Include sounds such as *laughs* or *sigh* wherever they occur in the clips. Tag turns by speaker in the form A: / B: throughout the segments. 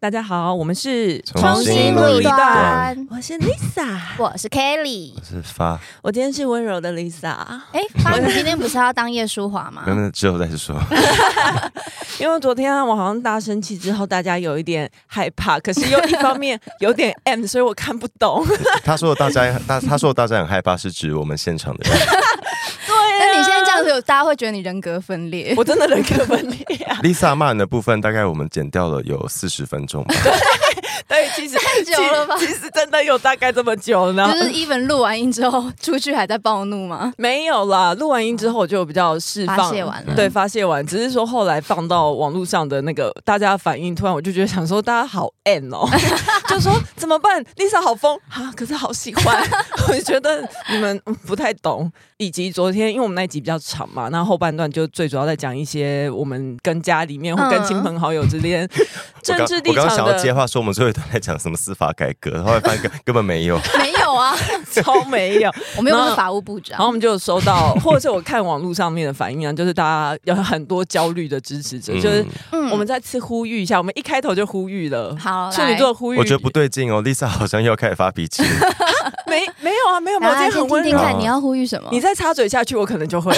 A: 大家好，我们是
B: 重新录一段，
A: 我是 Lisa，
B: 我是 Kelly，
C: 我是发，
A: 我今天是温柔的 Lisa，
B: 哎、发你今天不是要当叶舒华吗
C: 没？有没有之后再说。
A: 因为昨天啊我好像大生气之后，大家有一点害怕， *laughs* 可是又一方面有点 M，所以我看不
B: *laughs*
A: 懂。
C: *laughs* 他说的大家，大他说的大家很害怕，是指我们现场的人。
A: *laughs* 对、啊，
B: 那你现在这样子，大家会觉得你人格分裂。
A: 我真的人格分裂啊！
C: Lisa 骂你的部分，大概我们剪掉了有四十
A: *laughs*
C: 分钟吧。
A: 对，其实
B: *laughs* 太久了吧
A: 其其实真的有大概这么久呢
B: 就。是 even 录完音之后出去还在暴怒吗？
A: 没有啦，录完音之后我就比较释放，
B: 发泄完了
A: 对，发泄完，只是说后来放到网络上的那个大家的反应，突然我就觉得想说大家好 N 哦， *laughs* 就说怎么办？Lisa 好疯啊，可是好喜欢， *laughs* 我就觉得你们嗯不太懂。以及昨天，因为我们那一集比较长嘛，那后半段就最主要在讲一些我们跟家里面或跟
B: 嗯
A: 亲朋好友之间
C: *laughs* 我
A: 政
C: 刚
A: 治立
C: 我
A: 场
C: 刚刚想要接
A: 的
C: *laughs* 话说我们最后一段在讲什么司法改革，后来发现根根本没
A: *laughs*
C: 有。
B: 没有啊，
A: 超没有。
B: 我们又不
A: 那
B: 是法务部
A: 然后我
B: 长。
A: 们就有收到， *laughs* 或者是我看网络上面的反应啊，就是大家有很多焦虑的支持者，就是
B: 嗯
A: 我们再次呼吁一下，我们一开头就呼吁了。
B: 好，
A: 处女
B: 来
A: 座呼吁，
C: 我觉得不对劲哦，Lisa 好像又要开始发
A: *laughs*
C: 脾气了。
A: 没没有啊，没有，没有，今
B: 来
A: 天
B: 先
A: 很
B: 听
A: 温
B: 听
A: 柔。
C: 柔
B: 看你要呼吁什么。
A: 你再插嘴下去，我可能
B: *laughs*
A: 就会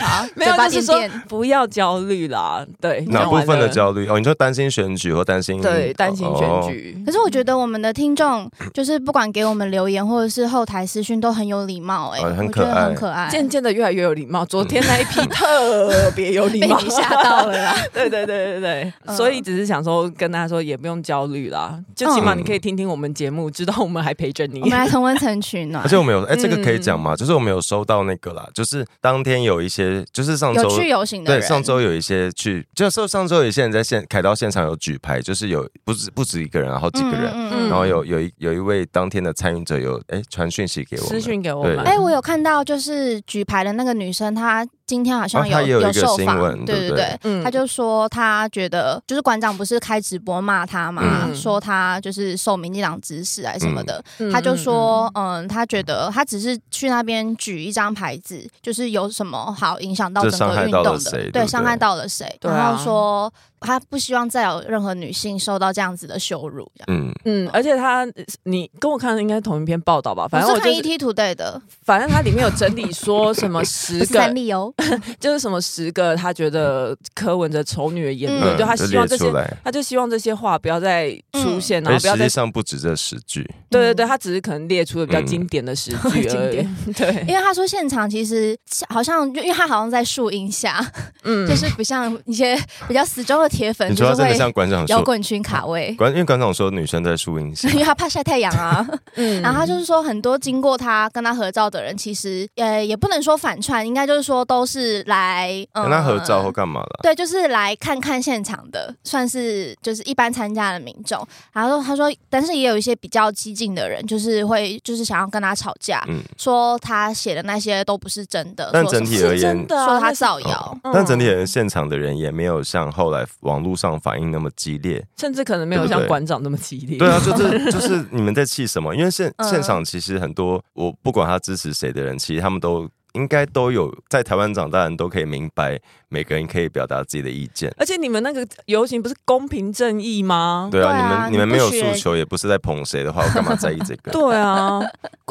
B: 好，
A: 没有，
B: 嘴巴
A: 就是说
B: 点点
A: 不要焦虑啦。对，
C: 哪
A: 讲
C: 部
A: 完
C: 分的
A: 了？
C: 焦虑？哦，你说担心选举或担心
A: 对，担心选。
C: 哦
A: 举
B: 可。是我觉得我们的听众，就是不管给我们留言或者是后台私讯，都很有礼貌、哎、
C: 哦很
B: 我觉
C: 可
B: 得
C: 爱
B: 很可爱。
A: 渐渐的越来越有礼貌，昨天那一
C: 嗯
A: 批特别有礼
B: *laughs* 被
A: 貌，
B: 你吓到了啦！
A: 对对对对对，
B: 嗯
A: 所以只是想说跟大家说也不用焦虑啦，就起码
C: 嗯
A: 你可以听听我们节目，知道我们还陪着你
B: 我。们来同温层取暖
C: 而，且我们有哎，这个可以
A: 嗯
C: 讲吗？就是我们有收到那个啦，就是当天有一些，就是上周
B: 有去有行的
C: 对，
B: 人，
C: 上周有一些去，就是上周有一些人在现凯到现场有举牌，就是有不止不止一个人，好几个人，
B: 嗯
A: 嗯
C: 然后有有一有一位当天的参与者有哎传讯息给我
A: 私
C: 们，
A: 讯给我
C: 对
A: 们，
B: 哎、我有看到，就是举牌的那个女生，她今天好像
C: 哦
B: 有、
C: 她也有一个
B: 受
C: 新
B: 访，
C: 闻
B: 对
C: 对不
B: 对
C: 对，
A: 嗯
B: 她就说她觉得，就是馆长不是开直播骂她嘛，
A: 嗯
B: 说她就是受民进党指使啊什么的，
A: 嗯
B: 她就说，嗯，她觉得她只是去那边举一张牌子，就是有什么好影响到
C: 这
B: 整个运
C: 伤害到
B: 动
C: 了
B: 的，
C: 谁对不
B: 对，
C: 对
B: 伤害到了谁，
A: 对啊
B: 然后说她不希望再有任何女性受到这样子的羞辱，这样。
C: 嗯，
A: 嗯，而且他你跟我看的应该是同一篇报道吧，反正
B: 我
A: 我
B: 是
A: 就
B: 看
A: 是，
B: ET Today 的，
A: 反正它里面有整理说什么十
B: 不是三
A: 个，
B: 丽哦，
A: 就是什么十个他觉得柯文哲丑女的言论，
B: 嗯
A: 就他希望这
C: 列出
A: 些。
C: 来。
A: 他就希望这些话不要再出
B: 嗯
A: 现，然
C: 哎，
A: 后不要
C: 实
A: 再
C: 际上不止这十句，
A: *laughs* 对对对，他只是可能列出了比较
C: 嗯
A: 经典的
B: *laughs*
A: 十句
B: 经
A: 而已
B: 典。
A: 对，
B: 因为他说现场其实好像，因为他好像在树荫下，
A: 嗯
B: *laughs* 就是不像一些比较死忠的铁粉，
C: 你
B: 就
C: 说
B: 是
C: 他真的
B: 会
C: 像馆长
B: 摇
C: 说，
B: 滚区卡位。
C: 馆因为馆长说女生在树荫下
A: *laughs*
B: *laughs* 因，为他怕晒太阳啊，
A: 嗯
B: 然后他就是说，很多经过他跟他合照的人，其实呃也不能说反串，应该就是说都是来嗯
C: 跟他合照或干嘛了？
B: 对，就是来看看现场的，算是就是一般参加的民众。然后他说，但是也有一些比较激进的人，就是会就是想要跟他吵
A: 啊
B: 架，
C: 嗯，
B: 说他写的那些都不是真的，
C: 但
B: 说
C: 整
B: 什么
C: 体而
A: 是
C: 言
A: 真的啊
B: 说他
A: 那是
B: 造
C: 哦
B: 谣，
C: 但整体
A: 嗯
C: 而言现场的人也没有像后来网络上反应那么激烈，
A: 甚至可能没有
C: 对不
A: 像
C: 对
A: 馆长那么激烈。
C: 对啊，
B: *laughs*
C: 就这就是你们在气什么？因为现
B: 嗯
C: 现场其实很多，我不管他支持谁的人，其实他们都应该都有在台湾长大的人都可以明白，每个人可以表达自己的意见。
A: 而且你们那个游行不是公平正义吗？
C: 对
B: 对
C: 啊，
B: 啊
C: 你
B: 你
C: 们你们
B: 不
C: 没有
B: 学
C: 诉求，也不是在捧谁的话，我干嘛在意这
B: *laughs*
C: 个？
A: 对啊，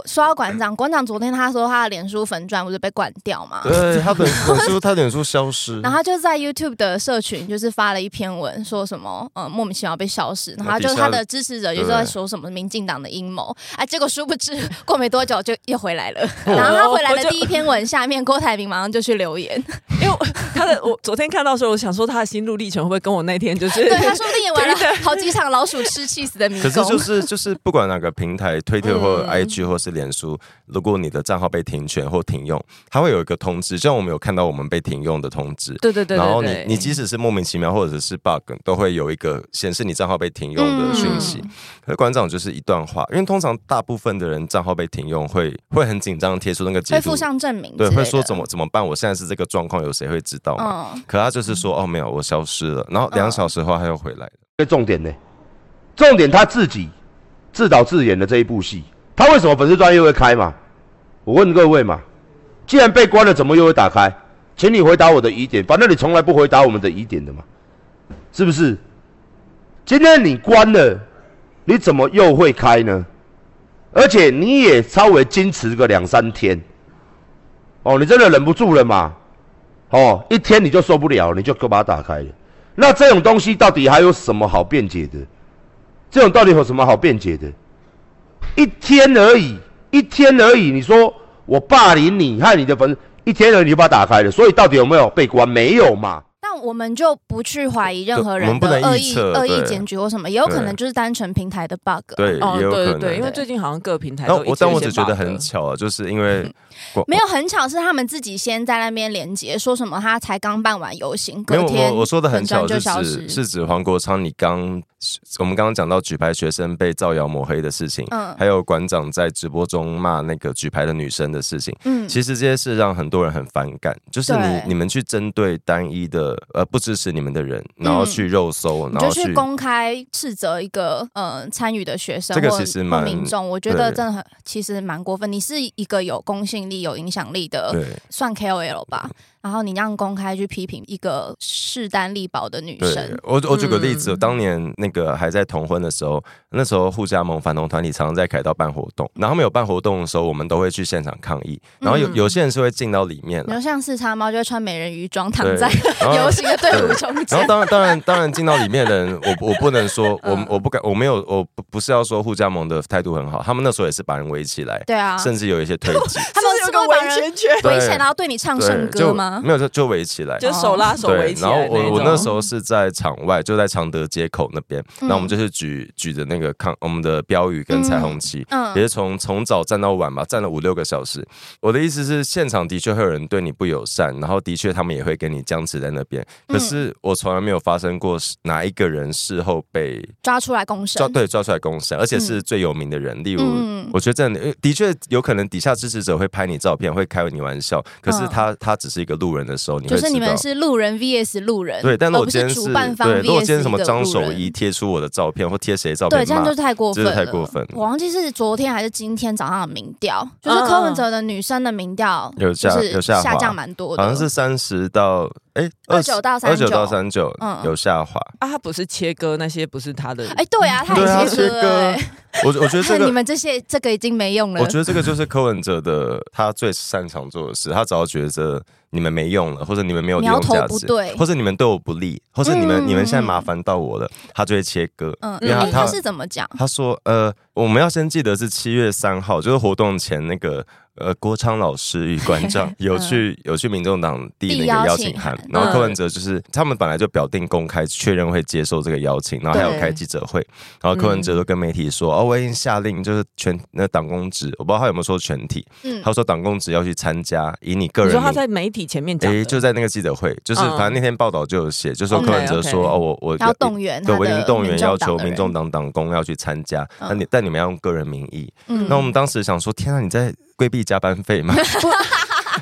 B: 说到馆长，馆长昨天他说他的脸书粉砖不是被管掉嘛，
C: 对他的脸书，他脸书消失，
B: 啊 *laughs* 然后他就在 YouTube 的社群就是发了一篇文，说什么呃莫名其妙被消失，然后他
C: 底
B: 就
C: 下
B: 他的支持者就是在说什么哎民进党的阴谋啊，结果殊不知过没多久就又回来了，
A: 哦
B: 然后他回来
A: 我就
B: 的第一篇文下面，郭台铭马上就去留言， *laughs*
A: 因为我他的我昨天看到的时候，我想说他的心路历程会不会跟我那天就是
B: 对啊他说不定也玩了好几场老鼠吃 cheese 的迷
C: 可
B: 宫。
C: 是就是就是不管哪个平台，推特或
B: 嗯
C: IG 或是脸书，如果你的账号被停权或停用，它会有一个通知，就像我们有看到我们被停用的通知。
A: 对对对对对，
C: 然后你你即使是莫名其妙或者是 bug，都会有一个显示你账号被停用的讯息。
B: 嗯
C: 可是馆长就是一段话，因为通常大部分的人账号被停用会会很紧张，贴出那个截
B: 会
C: 图
B: 附，上证明，
C: 对，会说怎么，怎么办？我现在是这个状况，有谁会知道吗？
B: 嗯，
C: 可他就是说哦没有，我消失了，然后两
B: 嗯
C: 小时后他又回来了。
D: 这重点呢，重点他自己自导自演的这一部戏，他为什么粉丝专业会开嘛？我问各位嘛，既然被关了，怎么又会打开？请你回答我的疑点，反正你从来不回答我们的疑点的嘛，是不是？今天你关了，你怎么又会开呢？而且你也稍微矜持个两三天，哦，你真的忍不住了嘛？哦，一天你就受不了，你就把它打开了。那这种东西到底还有什么好辩解的？这种到底有什么好辩解的？一天而已，一天而已。你说我霸凌你，害你的粉丝，一天而已你就把它打开了，所以到底有没有被关？没有嘛。
B: 但我们就不去怀疑任
C: 对
B: 何
C: 我
B: 人
C: 们不能
B: 的恶
C: 预
B: 意
C: 测
B: 恶意
C: 对
B: 检举或什么，也有可
C: 对
B: 能就是单纯平台的 bug。
C: 对，
A: 哦
C: 也有可
A: 对对
C: 能。
A: 对，因为最近好像各平台
C: 然
A: 都
C: 后
A: 一
C: 我，
A: 直
C: 但
A: 有
C: 我
A: 一些
C: 只觉得
A: bug 嗯
C: 很巧啊，就是因为
B: 没有很巧，是他们自己先在那边连接，说什么他才刚办完游行，
C: 没
B: 隔
C: 有
B: 天
C: 我我说的很巧，
B: 粉
C: 是
B: 专就消
C: 指
B: 失。
C: 是指黄国昌，你刚我们刚刚讲到举牌学生被造谣抹黑的事情，
B: 嗯
C: 还有馆长在直播中骂那个举牌的女生的事情。
B: 嗯
C: 其实这些事让很多人很反感，就是你
B: 对
C: 你们去针对单一的呃不支持你们的人，然后去肉搜，
B: 嗯你
C: 然
B: 就
C: 后
B: 去
C: 去
B: 公开斥责一个呃参与的学生
C: 这个
B: 或
C: 其实
B: 或
C: 蛮
B: 民众，我觉得
C: 对
B: 真的很其实蛮过分。你是一个有公信力、有影响力的
C: 对嗯
B: 算 KOL 吧，然后你让公开去批评一个势单力薄的女
C: 对
B: 生，，嗯
C: 我我举个例子，当年那个还在同婚的时候，那时候互加盟反同团体常常在凯道办活动，然后他们有办活动的时候，我们都会去现场抗议，然后有、
A: 嗯
C: 有些人是会进到里面
B: 你
C: 了
B: 说，像四叉猫就会穿美人鱼装躺
C: 对
B: 在
C: 然后
B: *laughs* 游行的队伍中
C: 然
B: *laughs*
C: 后
B: 间，
C: 当然当然当然进到里面的人，我我不能说我我不敢我没有我不不是要说互加盟的态度很好，他们那时候也是把人围起来，
B: 对啊，
C: 甚至有一些推挤，
B: 他们
A: 是不是有
B: 是
A: 个
B: 会把
A: 维
B: 人哦
A: 权圈，
C: 对
B: 危险然后对你唱圣
C: 对，
B: 歌
C: 就嗯
B: 吗？
C: 没有就就围起来，
A: 就是手拉手
C: 对
A: 围，起
C: 然后
A: 来
C: 我我
A: 种
C: 那时候是在场外，就在常德街口那边，
B: 嗯
C: 那、我们就是举举着那个抗我们的标语跟彩虹旗，
B: 嗯
C: 也是从从早站到晚吧，站了五六个小时。我的意思是，现场的确会有人对你不友善，然后的确他们也会跟你僵持在那边。可
B: 嗯
C: 是我从来没有发生过是哪一个人事后被
B: 抓出来公审
C: 抓，对抓出来公审，而且是最有名的人，例如。
B: 嗯，
C: 我觉得这样的的确有可能，底下支持者会拍你照片，会开你玩笑。可是
B: 嗯
C: 他、他只是一个路人的时候，你
B: 就
C: 会知
B: 是
C: 道。
B: 你们是路人 VS 路人，
C: 对，但如
B: 而
C: 果
B: 不
C: 今天
B: 是
C: 是
B: 主办方
C: 对，如果
B: VS
C: 今天什么
B: 的
C: 张
B: 路
C: 守
B: 人
C: 一贴出我的照片或贴谁的照片
B: 对，
C: 骂，
B: 这样就是太过分了，
C: 这是太过分了嗯
B: 我忘记是昨天还是今天早上的民调，就是柯文哲的女生的民调
C: 有
B: 就
C: 下
B: 是
C: 有下滑
B: 下降蛮多的，
C: 好像是三十到哎
B: 29到
C: 二九到
B: 39
C: 三九
B: 嗯
C: 有下滑。
A: 啊，他不是切割那些，不是他的，
B: 哎，对啊，他
C: 对啊，
B: 也
C: 切
B: 切
C: 割
B: 割，
C: 我我觉得这
B: *laughs* 哎，你
C: 个。
B: 们这些这个已经没用了
C: 我，觉得这个就是柯文哲的他最擅长做的事。他只要觉得你们没用了，或者你们没有利用
B: 苗头
C: 价
B: 不
C: 值，
B: 对
C: 或者你们对我不利，或者你们、
B: 嗯
C: 你们现在麻烦到我了，他就会切割。
B: 嗯，
C: 因为
B: 哎，
C: 他
B: 他是怎么讲？
C: 他说：“呃，我们要先记得是七月三号，就是活动前那个呃，郭昌老师与馆长有去、有去民众党递那
B: 递
C: 个
B: 邀
C: 邀
B: 请
C: 请函
B: 函，
C: 然后
A: 嗯
C: 柯文哲就是、他们本来就表定公开确认会接受这个邀请，然后还有
B: 对
C: 开记者会，然后柯文哲都跟媒体说：哦，我已经下令就是全那党公职，我不知道他有没有说全体，
B: 嗯
C: 他，说党公职要去参加，以你个
A: 你
C: 人
A: 说他
C: 名
A: 在媒体前面讲
C: 诶，
A: 的，
C: 哎就在那个记者会，就是
A: 嗯
C: 反正那天报道就有写，就说柯文哲
A: OK，OK
C: 说：哦，我我
B: 他要动员
C: 对，
B: 他
C: 我已经
B: 的
C: 动员要求
B: 的
C: 民
B: 人
C: 众，党党工要去参加，
B: 嗯
C: 那你但你们要用个人名义。
B: 嗯
C: 那我们当时想说，天啊，你在规避加班费
B: *laughs*
C: 吗？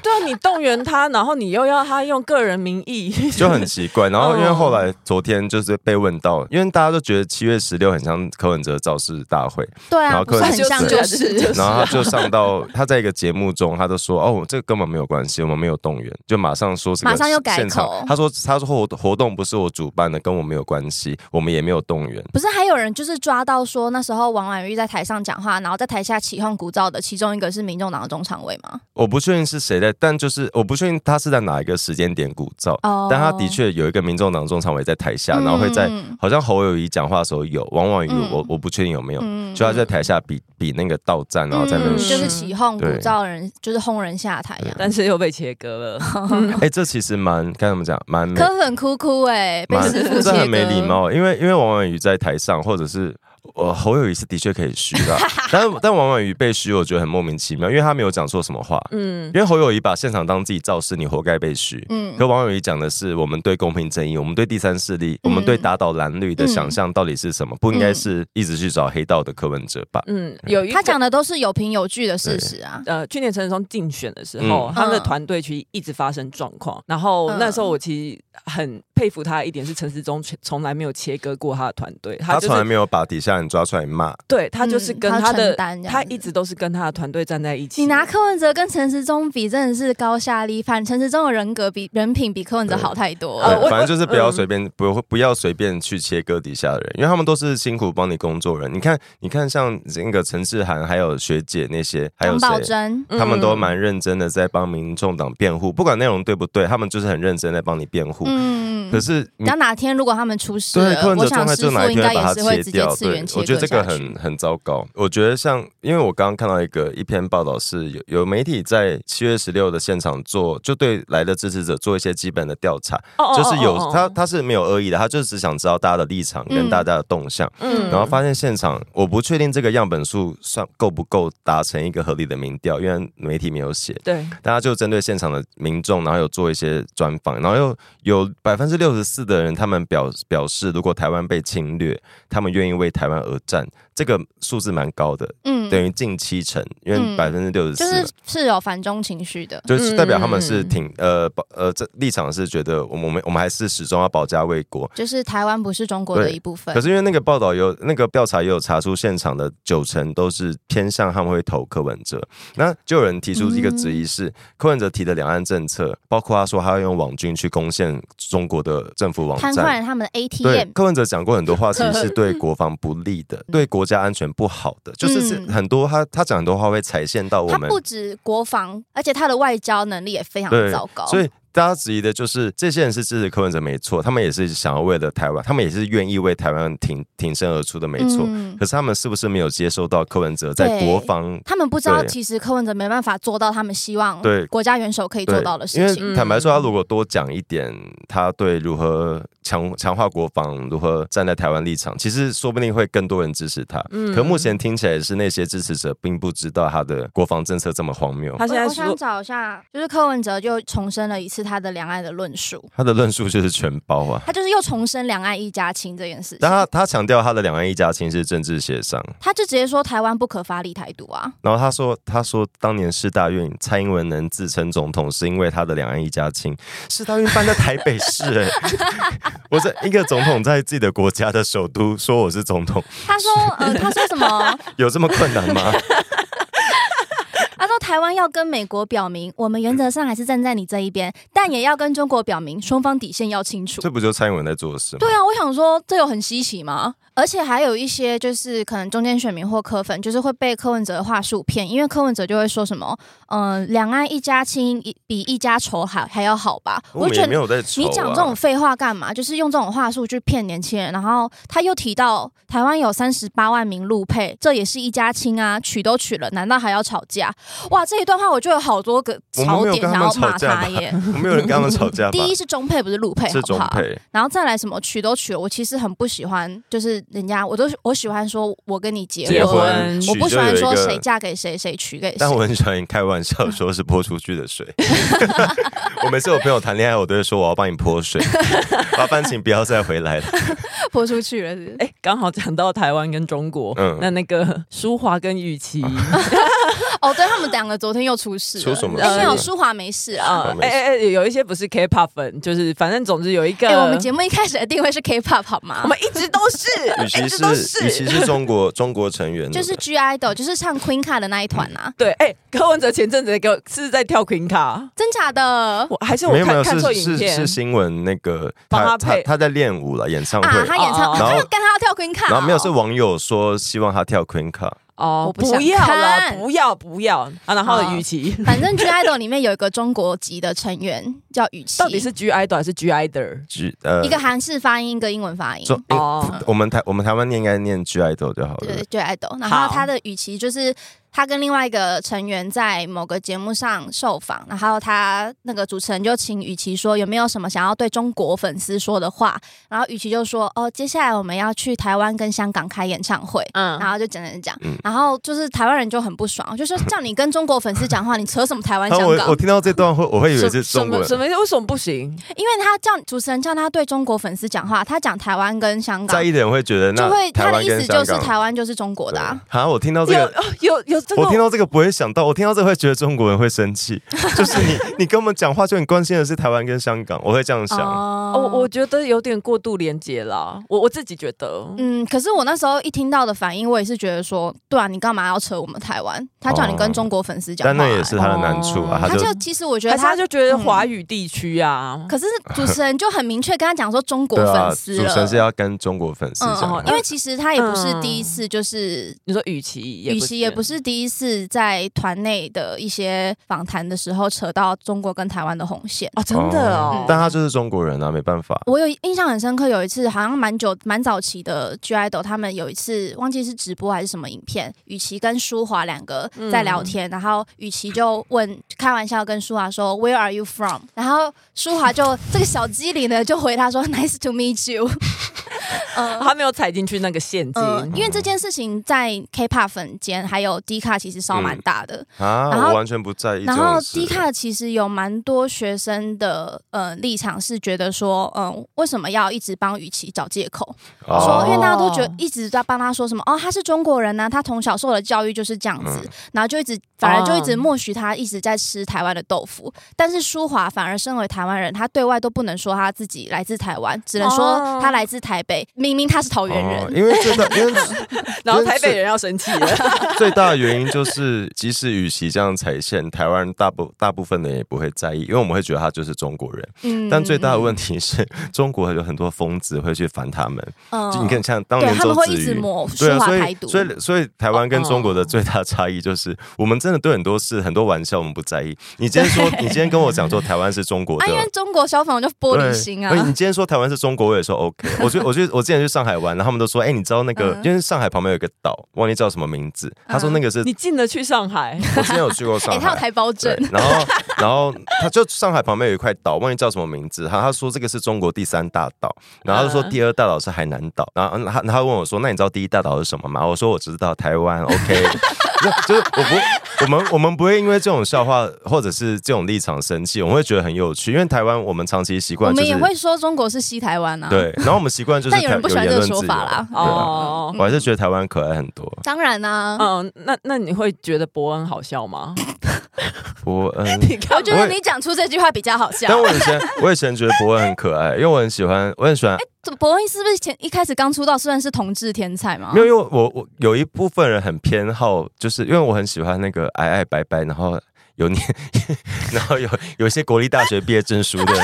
A: 对啊，你动员他，然后你又要他用个人名义，*laughs*
C: 就很奇怪。然后因为
A: 嗯
C: 后
B: 哦
C: 来昨天就是被问到，因为大家都觉得七月十六很像柯文哲造势大会，
B: 对
C: 然
B: 啊，
C: 后
B: 不
C: 柯
B: 是
C: 文
B: 很
C: 哲
B: 像
C: 对
B: 就是，啊
C: 然后他就上到他在一个节目中，他就说：“哦，这个根本没有关系，我们没有动员。”就马上说这个
B: 马上又改
C: 现场
B: 口
C: 他说：“他说活活动不是我主办的，跟我没有关系，我们也没有动员。”
B: *laughs* 不是还有人就是抓到说那时候王婉玉在台上讲话，然后在台下起哄鼓噪的，其中一个是民众党的中常委吗？
C: 我不确定是谁在但就是我不确定他是在哪一个时间点鼓噪，
B: 哦
C: 但他的确有一个民众党中常委在台下，然后会在
B: 嗯
C: 好像侯友谊讲话的时候有，王婉瑜
B: 嗯
C: 我我不确定有没有，
B: 嗯
C: 就他在台下比比那个到站，然后在那边
B: 嗯
A: 边
B: *laughs* 就是
A: 说
B: 起哄、鼓
C: 对
B: 噪人，就是轰人下台呀。
A: 但是又被切割了。
C: 哎、这其实蛮该怎么讲，蛮没，
B: 柯粉哭哭哎，被
C: 蛮
B: 师傅
C: 这
B: 切
C: 很没礼
B: 割。
C: 貌，因为因为王婉瑜在台上，或者是呃侯友谊是的确可以虚
B: *laughs*
C: 啦，但但王婉瑜被虚，我觉得很莫名其妙，因为他没有讲错什么话，
A: 嗯，
C: 因为侯友谊把现场当自己造势，你活该被虚。
B: 嗯
C: 可王友谊讲的是，我们对公平正义，我们对第三势力，
A: 嗯
C: 我们对打倒蓝绿的想象到底是什么？不应该是一直去找黑道的柯文哲吧？
A: 嗯，有一个
B: 他讲的都是有凭有据的事实啊。
A: 呃，去年陈时中竞选的时候，
C: 嗯
A: 他们的团队其实一直发生状况。然后
B: 嗯
A: 那时候我其实很佩服他的一点是，陈时中从从来没有切割过他的团队，
C: 他
A: 他就
C: 从来
A: 是
C: 没有把底下人抓出来骂，
A: 对他就是
B: 嗯
A: 跟
B: 他
A: 他
B: 承
A: 的
B: 担这样
A: 他
B: 子
A: 一直都是跟他的团队站在一起。
B: 你拿柯文哲跟陈时中比，真的是高下立判。陈时中的人格比人品比柯文哲好太多
A: 呃
C: 对
B: 了。
A: 我
C: 反正就是不要
A: 嗯
C: 随便，不不要随便去切割底下的人，因为他们都是辛苦帮你工作的人。你看，你看，像那个陈志涵，还有学姐那些，还有
B: 张宝
C: 谁？
B: 珍，
A: 嗯
C: 他们都蛮认真的在帮民众党辩护，不管内容对不对，他们就是很认真在帮你辩护。
B: 嗯
C: 可，是你
B: 等哪天如果他们出事
C: 对，柯
B: 了，
C: 文
B: 呃我
C: 哲状
B: 想
C: 态
B: 师
C: 就
B: 傅
C: 哪一
B: 应
C: 天
B: 该
C: 会把
B: 也
C: 它
B: 是会
C: 切
B: 直接
C: 掉？
B: 次
C: 对
B: 元，切
C: 我觉
B: 割
C: 得这
B: 下
C: 个
B: 去
C: 很。很糟糕。我觉得像，因为我刚刚看到一个一篇报道是有有媒体在七月十六的现场做，就对来的支持者做一些基本的调查，
A: 哦
C: 就是有他
A: 他
C: 他是没有恶意的，他就是只想知道大家的立场跟
B: 嗯
C: 大家的动向。
A: 嗯
C: 然后发现现场，我不确定这个样本数算够不够达成一个合理的民调，因为媒体没有写。
A: 对
C: 大家就针对现场的民众，然后有做一些专访，然后又有百分之六十四的人，他们表表示，如果台湾被侵略，他们愿意为台湾而战，这个数字蛮高的，
B: 嗯
C: 等于近七成，因为
B: 嗯
C: 百分之六十
B: 就是
C: 四。
B: 是有反中情绪的。
C: 就是代表他们是
A: 嗯
C: 挺呃保呃这立场是觉得我们我们我们还是始终要保家卫国，
B: 就是台湾不是中国的
C: 对
B: 一部分
C: 可，是因为那个报道有那个调查也有查出，现场的九成都是偏向他们会投柯文哲。那就有人提出一个质疑
B: 嗯
C: 是，柯文哲提的两岸政策，包括他说他要用网军去攻陷中国的政府网
B: 瘫
C: 站。
B: 痪他们的
C: 对
B: ATM，。
C: 柯文哲讲过很多话，其实是对国防不利的，对国家安全不好的，就是是
B: 嗯
C: 很多他他讲很多话会踩线到我
B: 他
C: 们
B: 不止国防，而且他的外交能力也非常
C: 对
B: 糟糕。
C: 所以大家质疑的就是这些人是支持柯文哲没错，他们也是想要为了台湾，他们也是愿意为台湾挺挺身而出的没错。
B: 嗯
C: 可是他们是不是没有接收到柯文哲在国防？
B: 他们不知道，
C: 对
B: 其实柯文哲没办法做到他们希望
C: 对
B: 国家元首可以做到的
C: 因
B: 事情。
C: 为坦白说，他如果多讲一点，他对如何强强化国防、如何站在台湾立场，其实说不定会更多人支持他。
B: 嗯
C: 可目前听起来是那些支持者并不知道他的国防政策这么荒谬
A: 他，现
B: 我
A: 在
B: 我想
A: 说
B: 找一下，就是柯文哲又重申了一次他的两岸的论述，
C: 他的论述就是全包啊。
B: 他就是又重申两岸一家亲这件事情
C: 但。他他强调他的两岸一家亲是政治协商，
B: 他就直接说台湾不可发力台独啊，
C: 然后他说他说当年世大运蔡英文能自称总统是因为他的两岸一家亲，世大运办在台北市、欸， *laughs* 我在一个总统在自己的国家的首都说我是总统，
B: 他说
C: *laughs*
B: 呃，他说什么？
C: 有这么困难
B: *laughs*
C: 吗？
B: 他说台湾要跟美国表明，我们原则上还是站在你这一边，但也要跟中国表明双方底线要清楚。
C: 这不就蔡英文在做的事吗？
B: 对啊，我想说这有很稀奇吗？而且还有一些就是可能中间选民或柯粉，就是会被柯文哲的话术骗，因为柯文哲就会说什么，嗯、两岸一家亲一比一家仇还还要好吧？
C: 我
B: 我
C: 们
B: 就觉
C: 也
B: 得
C: 没有在愁啊。
B: 你讲这种废话干嘛？就是用这种话术去骗年轻人。然后他又提到台湾有三十八万名路配，这也是一家亲啊，娶都娶了，难道还要吵架？哇，这一段话我就有好多个
C: 我们
B: 槽
C: 没有
B: 点
C: 跟
B: 想
C: 他
B: 要
C: 们
B: 骂
C: 吵架吧 *laughs*
B: 他耶。
C: 我没有人跟他们吵架吧
B: 第？一是中配，不是路配，
C: 是
B: 好不
C: 中
B: 好？
C: 配，
B: 然后再来什么娶都娶了，我其实很不喜欢，就是人家我都我喜欢说我跟你结
A: 结婚
B: 我不喜欢
C: 娶
B: 说谁
C: 就有一个
B: 嫁给谁，谁娶给谁。
C: *laughs* 但我很喜欢开玩笑说是泼出去的
B: *laughs*
C: 水。我每次我朋友谈恋爱，我都会说我要帮你泼
B: *laughs*
C: 水，麻烦请不要再回来了。
B: 泼出去了
C: *laughs*
B: 是不是
A: 哎，刚好讲到台湾跟中国，
C: 嗯啊
A: 那那个舒华跟雨琦，
B: 哦，对他们两个昨天又出事了，
C: 出什么
B: 哎没有，
C: 事哦
B: 舒华没事啊。
A: 啊，哎哎哎，有一些不是 K-pop 粉，就是反正总之有一个，
B: 哎、我们节目一开始的定位是 K-pop 好吗？
A: 我们一直都是，
C: *laughs* 与其
B: 哎
A: 一直都
C: 是与其是中国中国成员，
B: 就是 G Idol，就是唱 Queen 卡的那一团啊，
A: 对，哎、柯文哲前阵子给我是在跳 Queen 卡，
B: 真假的
A: 我还是我
C: 没有没
A: 看
C: 有
A: 看
C: 是
A: 错影
C: 是是
A: 片，
C: 新闻那个
A: 帮他
C: 他
A: 配
C: 他在练舞了演唱
B: 啊
C: 会，
B: 他演唱，
A: 哦
B: 他要跟他要跳 Queen 哦卡、
C: 然后没有是网友说希望他跳 Queen 卡，
A: 哦
B: 我，不想
A: 要啦，
B: 看
A: 不要不要啊！然后
B: 好
A: 雨
B: *laughs*
A: 琦
B: 反正 G Idol 里面有一个中国籍的成员叫雨琦，
A: 到底是 G idol 还是 G idol？
C: G 呃
B: 一个韩式发音，一个英文发音。
C: 中诶
A: 哦
C: 我们台我们台湾念应该念 G idol 就好了。
B: 对对，idol。然
A: 好
B: 后他的语期就是他跟另外一个成员在某个节目上受访，然后他那个主持人就请雨琦说有没有什么想要对中国粉丝说的话，然后雨琦就说哦，接下来我们要去台湾跟香港开演唱会。
A: 嗯
B: 然后就讲讲讲
C: 嗯，
B: 然后就是台湾人就很不爽，就说叫你跟中国粉丝讲话，你扯什么台湾
C: 然
B: 香
C: 后
B: 港
C: 我我？听到这段会我会以为
A: 什
C: 是
A: 什
C: 中国
A: 么
C: 人
A: 什么？为什么不行？
B: 因为他叫主持人叫他对中国粉丝讲话，他讲台湾跟香港
C: 在，意的人会觉得
B: 就
C: 那
B: 会他
C: 台
B: 的
C: 湾
B: 意
C: 跟
B: 思
C: 香
B: 就是
C: 港
B: 台湾就是中国的、啊。
C: 对啊，我听到这
A: 有
C: 个。
A: 哦有有这个，
C: 我听到这个不会想到，我听到这个会觉得中国人会生
B: *laughs*
C: 气，就是你，你跟我们讲话，就你关心的是台湾跟香港，我会这样想。
B: 哦
A: 哦，我觉得有点过度连接啦，我我自己觉得，
B: 嗯，可是我那时候一听到的反应，我也是觉得说，对啊，你干嘛要扯我们台湾？他叫你跟中国粉丝讲话、哎
C: 但那也是他的难处啊，
A: 哦
B: 他
C: 就
B: 就其实我觉
A: 还
B: 得
A: 是他
B: 他嗯
A: 就觉得华语地区啊，
B: 可是主持人就很明确跟他讲说中国
C: 对啊，
B: 粉
C: 主
B: 丝
C: 持人是
B: 了。
C: 要跟中国粉丝讲话
B: 嗯，因为其实他也不是第一次，就是
A: 你说雨琦也
B: 与其嗯也不是第一次在团内的一些访谈的时候扯到中国跟台湾的红线。
A: 哦，真的哦
B: 嗯，
C: 但他就是中国人啊，没办法。
B: 我有印象很深刻，有一次好像蛮久蛮早期的 G idol，他们有一次忘记是直播还是什么影片，雨琦跟舒华两个在聊天，然后雨琦就问开玩笑跟舒华说 Where are you from？然后舒华就这个小机灵呢就回答说 Nice to meet you *laughs* 嗯。
A: 他没有踩进去那个陷阱，
B: 嗯，因为这件事情在 K-pop 粉间还有 D 卡其实烧蛮大的，
C: 啊，
B: 然后
C: 我完全不在意这
B: 然
C: 种事。
B: 后 D 卡其实有蛮多学生的呃立场是觉得说，嗯、为什么要一直帮雨琦找借口？
C: 哦
B: 说，因为大家都觉
A: 哦
B: 得一直在帮他说什么哦，他是中国人呐、他从小受的教育就是这样子，
C: 嗯
B: 然后就一直反而就一直
A: 哦
B: 默许他一直在吃台湾的豆腐。但是舒华反而身为台湾人，他对外都不能说他自己来自台湾，只能
A: 哦
B: 说他来自台北。明明他是桃园
C: 哦，
B: 人，
C: 因为这段，
B: *laughs*
C: 因为
A: 然后台北人要生气了，
C: *laughs* 最大的原因就是，即使与其这样踩线，台湾大部大部分的人也不会在意，因为我们会觉得他就是中国人。
B: 嗯
C: 但最大的问题是， *laughs* 中国有很多疯子会去烦他们。
B: 嗯
C: 就你看，像当
B: 对
C: 年
B: 他
C: 周
B: 们会
C: 子
B: 一直
C: 瑜。
B: 抹舒
C: 对啊，
B: 华
C: 所
B: 台
C: 以
B: 独，
C: 所以所以台湾跟中国
A: 哦
C: 的最大差异就是，我们真的对很多事、很多玩笑我们不在意。你今天说，你今天跟我讲说台湾是中国的
B: 啊，，因为中国消防就玻璃
C: 对
B: 心啊
C: 而。且
B: *laughs*
C: 你今天说台湾是中国，我也说 OK。我去，我去，我之前去上海玩，然后他们都说，哎、你知道那个，
B: 嗯
C: 因为上海旁边有一个岛，忘记叫什么名字。他说那个是，
A: 你进得去上海，
C: 我之前有去过
B: *laughs* 哎、
C: 上
B: 他有
C: 海。
B: 台胞证
C: 对，，然后，然后他就上海旁边有一块岛，忘记叫什么名字。他他说这个是中国第三大岛，然后他就说
A: 嗯
C: 第二大岛是海南岛。然后他他问我说，那你知道第一大岛是什么吗？我说我只知道台湾。OK，就 *laughs* 就是我不，我们我们不会因为这种笑话或者是这种立场生气，我们会觉得很有趣，因为台湾我们长期习
B: 我
C: 惯就
B: 们
C: 是
B: 也会说中国是西台湾啊。
C: 对，然后我们习惯就是
B: 但有
C: 台
B: 人不喜欢
C: 言
B: 这个
C: 论
B: 说
C: 自由
B: 法啦嗯
C: 对啊
A: 哦。
C: 我还是觉得台湾可爱很多。
B: 当然啊，
A: 嗯，那那你会觉得伯恩好笑
C: *laughs*
A: 吗？
C: 伯恩，
A: 你看
B: 我觉
C: 我
B: 得
C: 也
B: *laughs* 你讲出这句话比较好笑。
C: 嗯但我以前我以前觉得伯恩很可爱，因为我很喜欢，我很喜欢，
B: 这伯恩是不是前一开始刚出道，算是同志天才吗？
C: 没有，
B: *laughs*
C: 因为我我有一部分人很偏好，就是因为我很喜欢那个矮矮白白，然后有念， *laughs* 然后有有一些国立大学毕业证书 *laughs* 的人。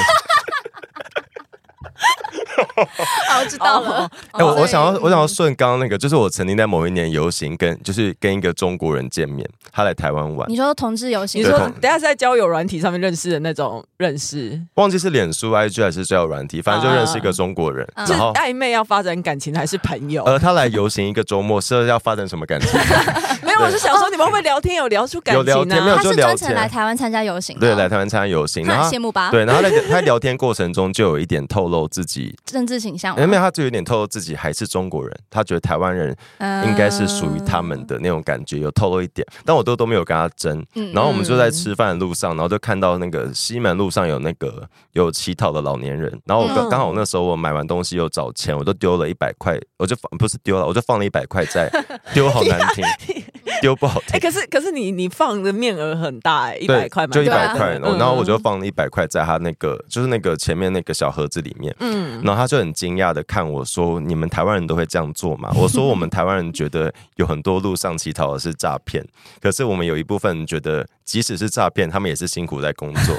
B: 好，哦我知道了。哦
C: 哎、我我想要
B: 所以嗯
C: 我想要顺刚刚那个，就是我曾经在某一年游行跟就是跟一个中国人见面，他来台湾玩
B: 你，说同志游行，
A: 你
C: 对
A: 说
C: 同
A: 等一下是在交友软体上面认识的那种认识，
C: 忘记是脸书 IG 还是交友软体，反正就认识一个中国人，
B: 啊
A: 是
C: 然后
A: 暧昧要发展感情还是朋友？
C: 呃，他来游行一个周末，是要发展什么感情？ *laughs*
A: 没有，我啊是想说你们会不会聊天有聊出感
C: 有聊
A: 情啊
C: 天没
A: 呢
C: 有？
B: 他
C: 就是聊
B: 专程
C: 天
B: 来台湾参加游行的，
C: 对，来台湾参加游行，
B: 他
C: 然后
B: 很羡慕吧？
C: 对，然后他在他聊天过程中就有一点透露自己，
B: 政治倾向吗，
C: 哎没有，他就有点透露自己还是中国人，他觉得台湾人
B: 嗯
C: 应该是属于他们。的那种感觉，有透露一点，但我都都没有跟他争。
B: 嗯
C: 然后我们就在
A: 嗯
C: 吃饭的路上，然后就看到那个西门路上有那个有乞讨的老年人，然后我
A: 嗯
C: 刚刚好那时候我买完东西又找钱，我就丢了一百块，我就放不是丢了，我就放了一百块在，丢好难
A: *laughs*
C: 听，丢不好听
A: 哎、。可是可是你你放的面额很大哎、1一
C: 对
A: 百块嘛，
C: 就一
B: 对
C: 百
B: 啊
C: 块，然后
A: 嗯
C: 然后我就放了一百块在他那个，就是那个前面那个小盒子里面，
A: 嗯，
C: 然后他就很惊讶的看我说：“你们台湾人都会这样做吗？”我说：“我们台湾人觉得有很多路上乞讨的
B: *laughs*
C: 是诈骗，可是我们有一部分人觉得，即使是诈骗，他们也是辛苦在工作。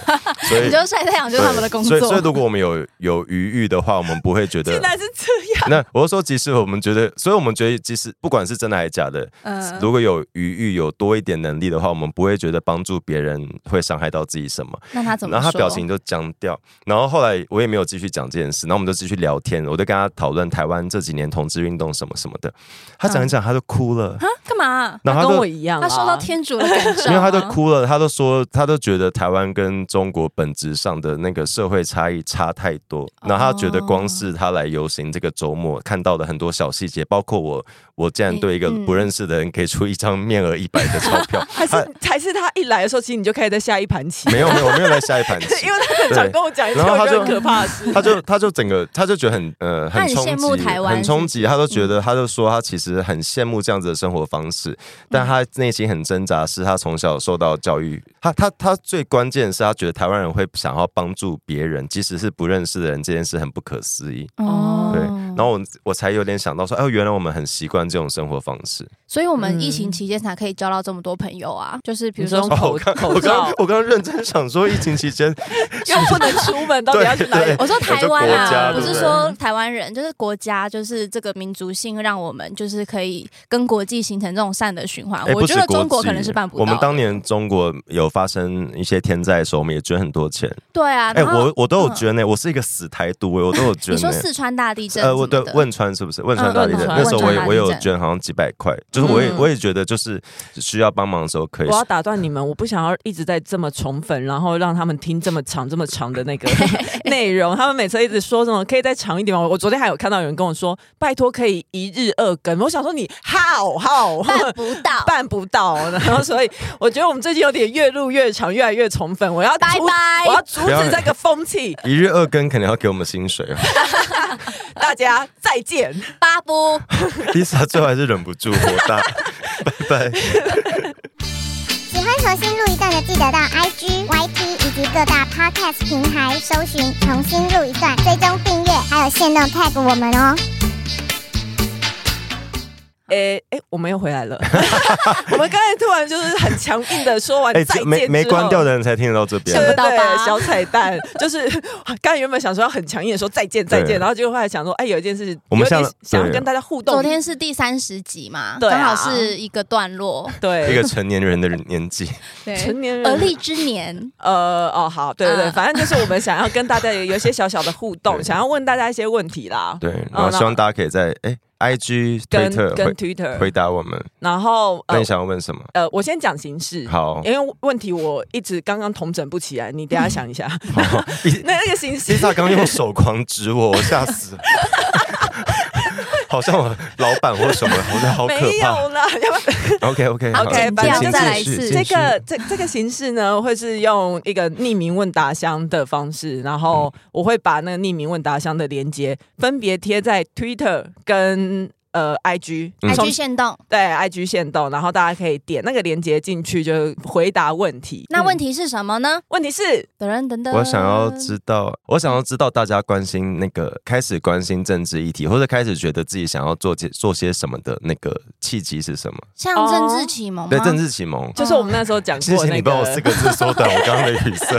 C: 所以
B: 你就晒太阳就是他们的工作
C: 所以，。所以如果我们有有余裕的话，我们不会觉得
B: *laughs*
A: 竟。然是这样，
C: 那我是说，即使我们觉得，所以我们觉得，即使不管是真的还是假的，
A: 嗯
C: 如果有余裕、有多一点能力的话，我们不会觉得帮助别人会伤害到自己什么。
B: 那他怎么
C: 然
B: 说？啊
C: 后他表情就僵掉，然后后来我也没有继续讲这件事，然后我们就继续聊天，我就跟他讨论台湾这几年同志运动什么什么的，他讲一讲他就哭了，
B: 啊，干嘛、
C: 然后
A: 嗯
C: 他
A: 跟
C: 就
A: 我一样啊，
B: 他受到天主的感召吗，
C: 因为他都哭了，他都说，他都觉得台湾跟中国本质上的那个社会差异差太多，然后他觉得
A: 哦
C: 光是他来游行这个周末看到的很多小细节，包括我，我竟然对一个
B: 嗯嗯
C: 不认识的人给出一张面额一百的 *laughs* 钞票，
A: 还
C: 他
A: 是还是他一来的时候，其实你就开始在下一盘棋，，
C: 没有没有我没有来下一盘棋
A: *laughs* 因为他很常跟我讲一些
C: 对然
A: 我
C: 后他
A: 觉
C: 就
A: 得很可怕的
B: *laughs*
A: 事。
C: 他
A: *laughs*
C: 就他就整个他就觉得很呃
B: 他
C: 很
B: 很
C: 冲
B: 羡慕
C: 击，
B: 台湾
C: 很
B: 是嗯
C: 冲
B: 不
C: 击。他就觉得他就说他其实很羡慕这样子的生活方式，
B: 嗯
C: 但他内心很挣扎，是他从小受到教育。他他他最关键的是他觉得台湾人会想要帮助别人，即使是不认识的人，这件事很不可思议。
B: 哦，
C: 对，然后我我才有点想到说，哦，原来我们很习惯这种生活方
B: *laughs*
C: 式。
B: 所以我们
A: 嗯
B: 疫情期间才可以交到这么多朋友啊，就是比
A: 比如说
B: 如
A: 用
B: 说
C: 哦，
A: 口
C: 我刚
A: 口
C: 我刚
A: 罩，
C: 我刚认真想说，疫情期
B: *laughs*
C: 间
A: 又不能出门，到底要去哪里
C: *laughs* 对？
B: 我说台湾
A: 有这国家
B: 啊，
A: 对
B: 不
A: 不对
B: 是说台湾人，就是国家，就是这个民族性，让我们就是可以跟国际形成这种善的循环。
C: 哎，
B: 啊我
C: 不
B: 觉
C: 止
B: 得
C: 国
B: 中国
C: 际
B: 可能是办不到的。
C: 我们当年中国有发生一些天灾的时候，我们也捐很多钱。
B: 对啊，
C: 哎、
B: 然后
C: 我我都有捐呢、我是一个死台独、欸，我都有捐、
B: 你
C: 欸。
B: 说四川大地震什
C: 呃，我
B: 么
C: 对
B: 的，
C: 汶川是不是？汶川
B: 嗯
C: 大地震、
A: 汶川
C: 那时候我
B: 汶川
C: 也
B: 大地震
C: 我也有捐，好像几百块，就是我也、
B: 嗯
C: 我也觉得就是需要帮忙的时候可以
A: 我。要打断你们，我不想要一直在这么宠粉，然后让他们听这么长、这么长的
C: *laughs*
A: 那个内容。他们每次一直说什么可以再长一点吗？我昨天还有看到有人跟我说，拜托可以一日二更。我想说你 how how *laughs*
C: *laughs*
B: *laughs* 办不到，
A: 办不到，然后所以我觉得我们最近有点越录越长，越来越宠粉。我要
B: 拜
A: 阻
B: 拜
A: 我要阻止这个风气，
C: 一日二更肯定要给我们薪水哦。 *laughs*
A: 大家再见。
B: 巴布。
C: Lisa 最后还是忍不住火大，拜拜。
E: 喜欢重新录一段的，记得到 IG、YT 以及各大 Podcast 平台搜寻“重新录一段”，追踪订阅，还有限定 tag 我们哦。
A: 诶诶，我们又回来了。 *laughs* 我们刚才突然就是很强硬的说完
C: *laughs* 哎、
A: 再见之
C: 这
A: 后，
C: 没没关掉的人才听得到这边
A: 对。对
B: 不到吧
A: 对，小彩蛋 *laughs* 就是刚才原本想说要很强硬的说再见再
C: 对
A: 见，然后结果后来想说，哎，有一件事，
C: 我们
A: 有点
C: 像
A: 想要
C: 对
A: 跟大家互动。
B: 昨天是第三十集嘛，
A: 对
B: 刚
A: 啊
B: 好是一个段落，
C: 一
A: 对
C: 个成年人的年纪，
A: 成年人
B: 而立之年。
C: 嗯
A: 呃哦好，对对对，
B: 嗯
A: 反正就是我们想要跟大家有一些小小的互动，
C: *laughs* 对
A: 想要问大家一些问题啦。
C: 对，
A: 哦
C: 然后
A: 那
C: 希望大家可以在哎、IG、推
A: 跟
C: 特
A: 跟
C: 回
A: Twitter，
C: 回答我们。
A: 然后
C: 那
A: 呃
C: 你想要问什么？
A: 呃，我先讲形式，
C: 好，
A: 因为问题我一直刚刚统整不起来，你等一下想一
C: *laughs*
A: 下。
C: 好
A: 那那个形式
C: Lisa 刚用手狂指我，我吓
A: *laughs*
C: 死了，好像我老板或什么，我觉得好可
A: 没有
C: 怕。
A: 啦，要不
C: OK OK
A: OK，
C: 请
A: 反正
C: 请
A: 再
B: 来一
C: 继续
B: 次
A: 这
C: 继续
A: 个这这个形式呢，会是用一个匿名问答箱的方式，然后
C: 嗯
A: 我会把那个匿名问答箱的连接分别贴在 Twitter 跟呃 IG，
C: 嗯
B: IG
A: 从
B: 限动，
A: 对 IG 限动，然后大家可以点那个连接进去，就回答问题。
B: 那问
A: 题、
B: 题是什么呢？
A: 问题是
B: 等等
A: 呃
B: 等，
C: 我想要知道，我想要知道大家关心那个开始关心政治议题，或者开始觉得自己想要做些做些什么的那个契机是什么？
B: 像
A: 哦
B: 政治启蒙吗？
C: 对，政治启蒙。
A: 就是我们那时候讲
C: 哦谢
A: 过
C: 谢
A: 那
C: 你帮我
A: 个
C: 四个字缩短我刚刚的语塞。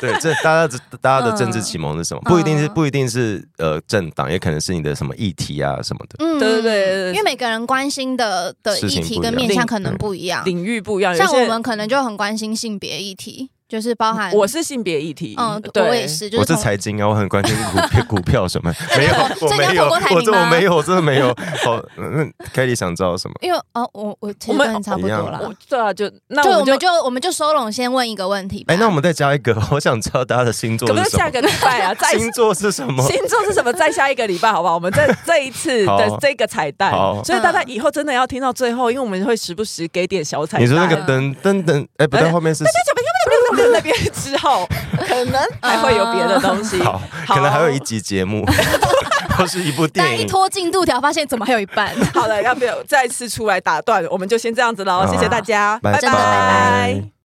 C: 对，
A: *laughs*
C: 这大家的大家的
A: 嗯
C: 政治启蒙是什么？不一定是
B: 嗯
C: 不一定是呃政党，也可能是你的什么议题啊什么的。
B: 嗯
A: 对对对对对
B: 因为每个人关心的的
C: 事
B: 议
C: 情
B: 题
C: 不一
B: 跟
C: 样
B: 面向
A: 领
B: 可能不一样，
A: 领域不一样，呃有
B: 像我
A: 些
B: 们可能就很关心性别议题，就是包含
A: 我是性别议题，
B: 嗯，
A: 对，
B: 我也。是，就
C: 我
B: 是
C: 是
B: 从
C: 财经啊，我很关心股 *laughs* 票股票什么，没
B: *laughs*
C: 有，
B: 所以
C: 我
B: 你要
C: 没有，
B: 投郭台铭
C: 我这我
B: 吗
C: 没有，我真的没有。 *laughs* 好，那 k e l 想知道什么？
B: 因为哦，我我其
A: 我
B: 实
A: 们
B: 跟你差不
C: 一
B: 多
C: 样
B: 了
A: 我。对啊，就那
B: 就
A: 我
B: 我
A: 们就
B: 们就我们就收拢，先问一个问题吧。
C: 哎，那我们再加一个， *laughs* 我想知道大家的星座
A: 可不可以
C: 是什
A: 下
C: 么？
A: 个礼拜
C: *laughs*
A: 啊，再
C: 星座是什么？
A: 星座是什么？再下一个礼拜好不好？我们这这一次的
C: 好
A: 这个彩蛋
C: 好，
A: 所以大家以后真的要听到最后，因为我们会时不时给点小彩蛋。
C: 你说那个噔噔噔，哎，不对，后面是
A: 那边之后，可能还会有别的东西。
C: 好，可能还有一集节目， *laughs* 或是一部
B: 但
C: 电
B: 一
C: 影。
B: 拖进度条，发现怎么还有一半？
A: 好了，要不要再次出来打断？我们就先这样子喽，
C: 好
A: 谢谢大家，
C: 拜
B: 拜拜。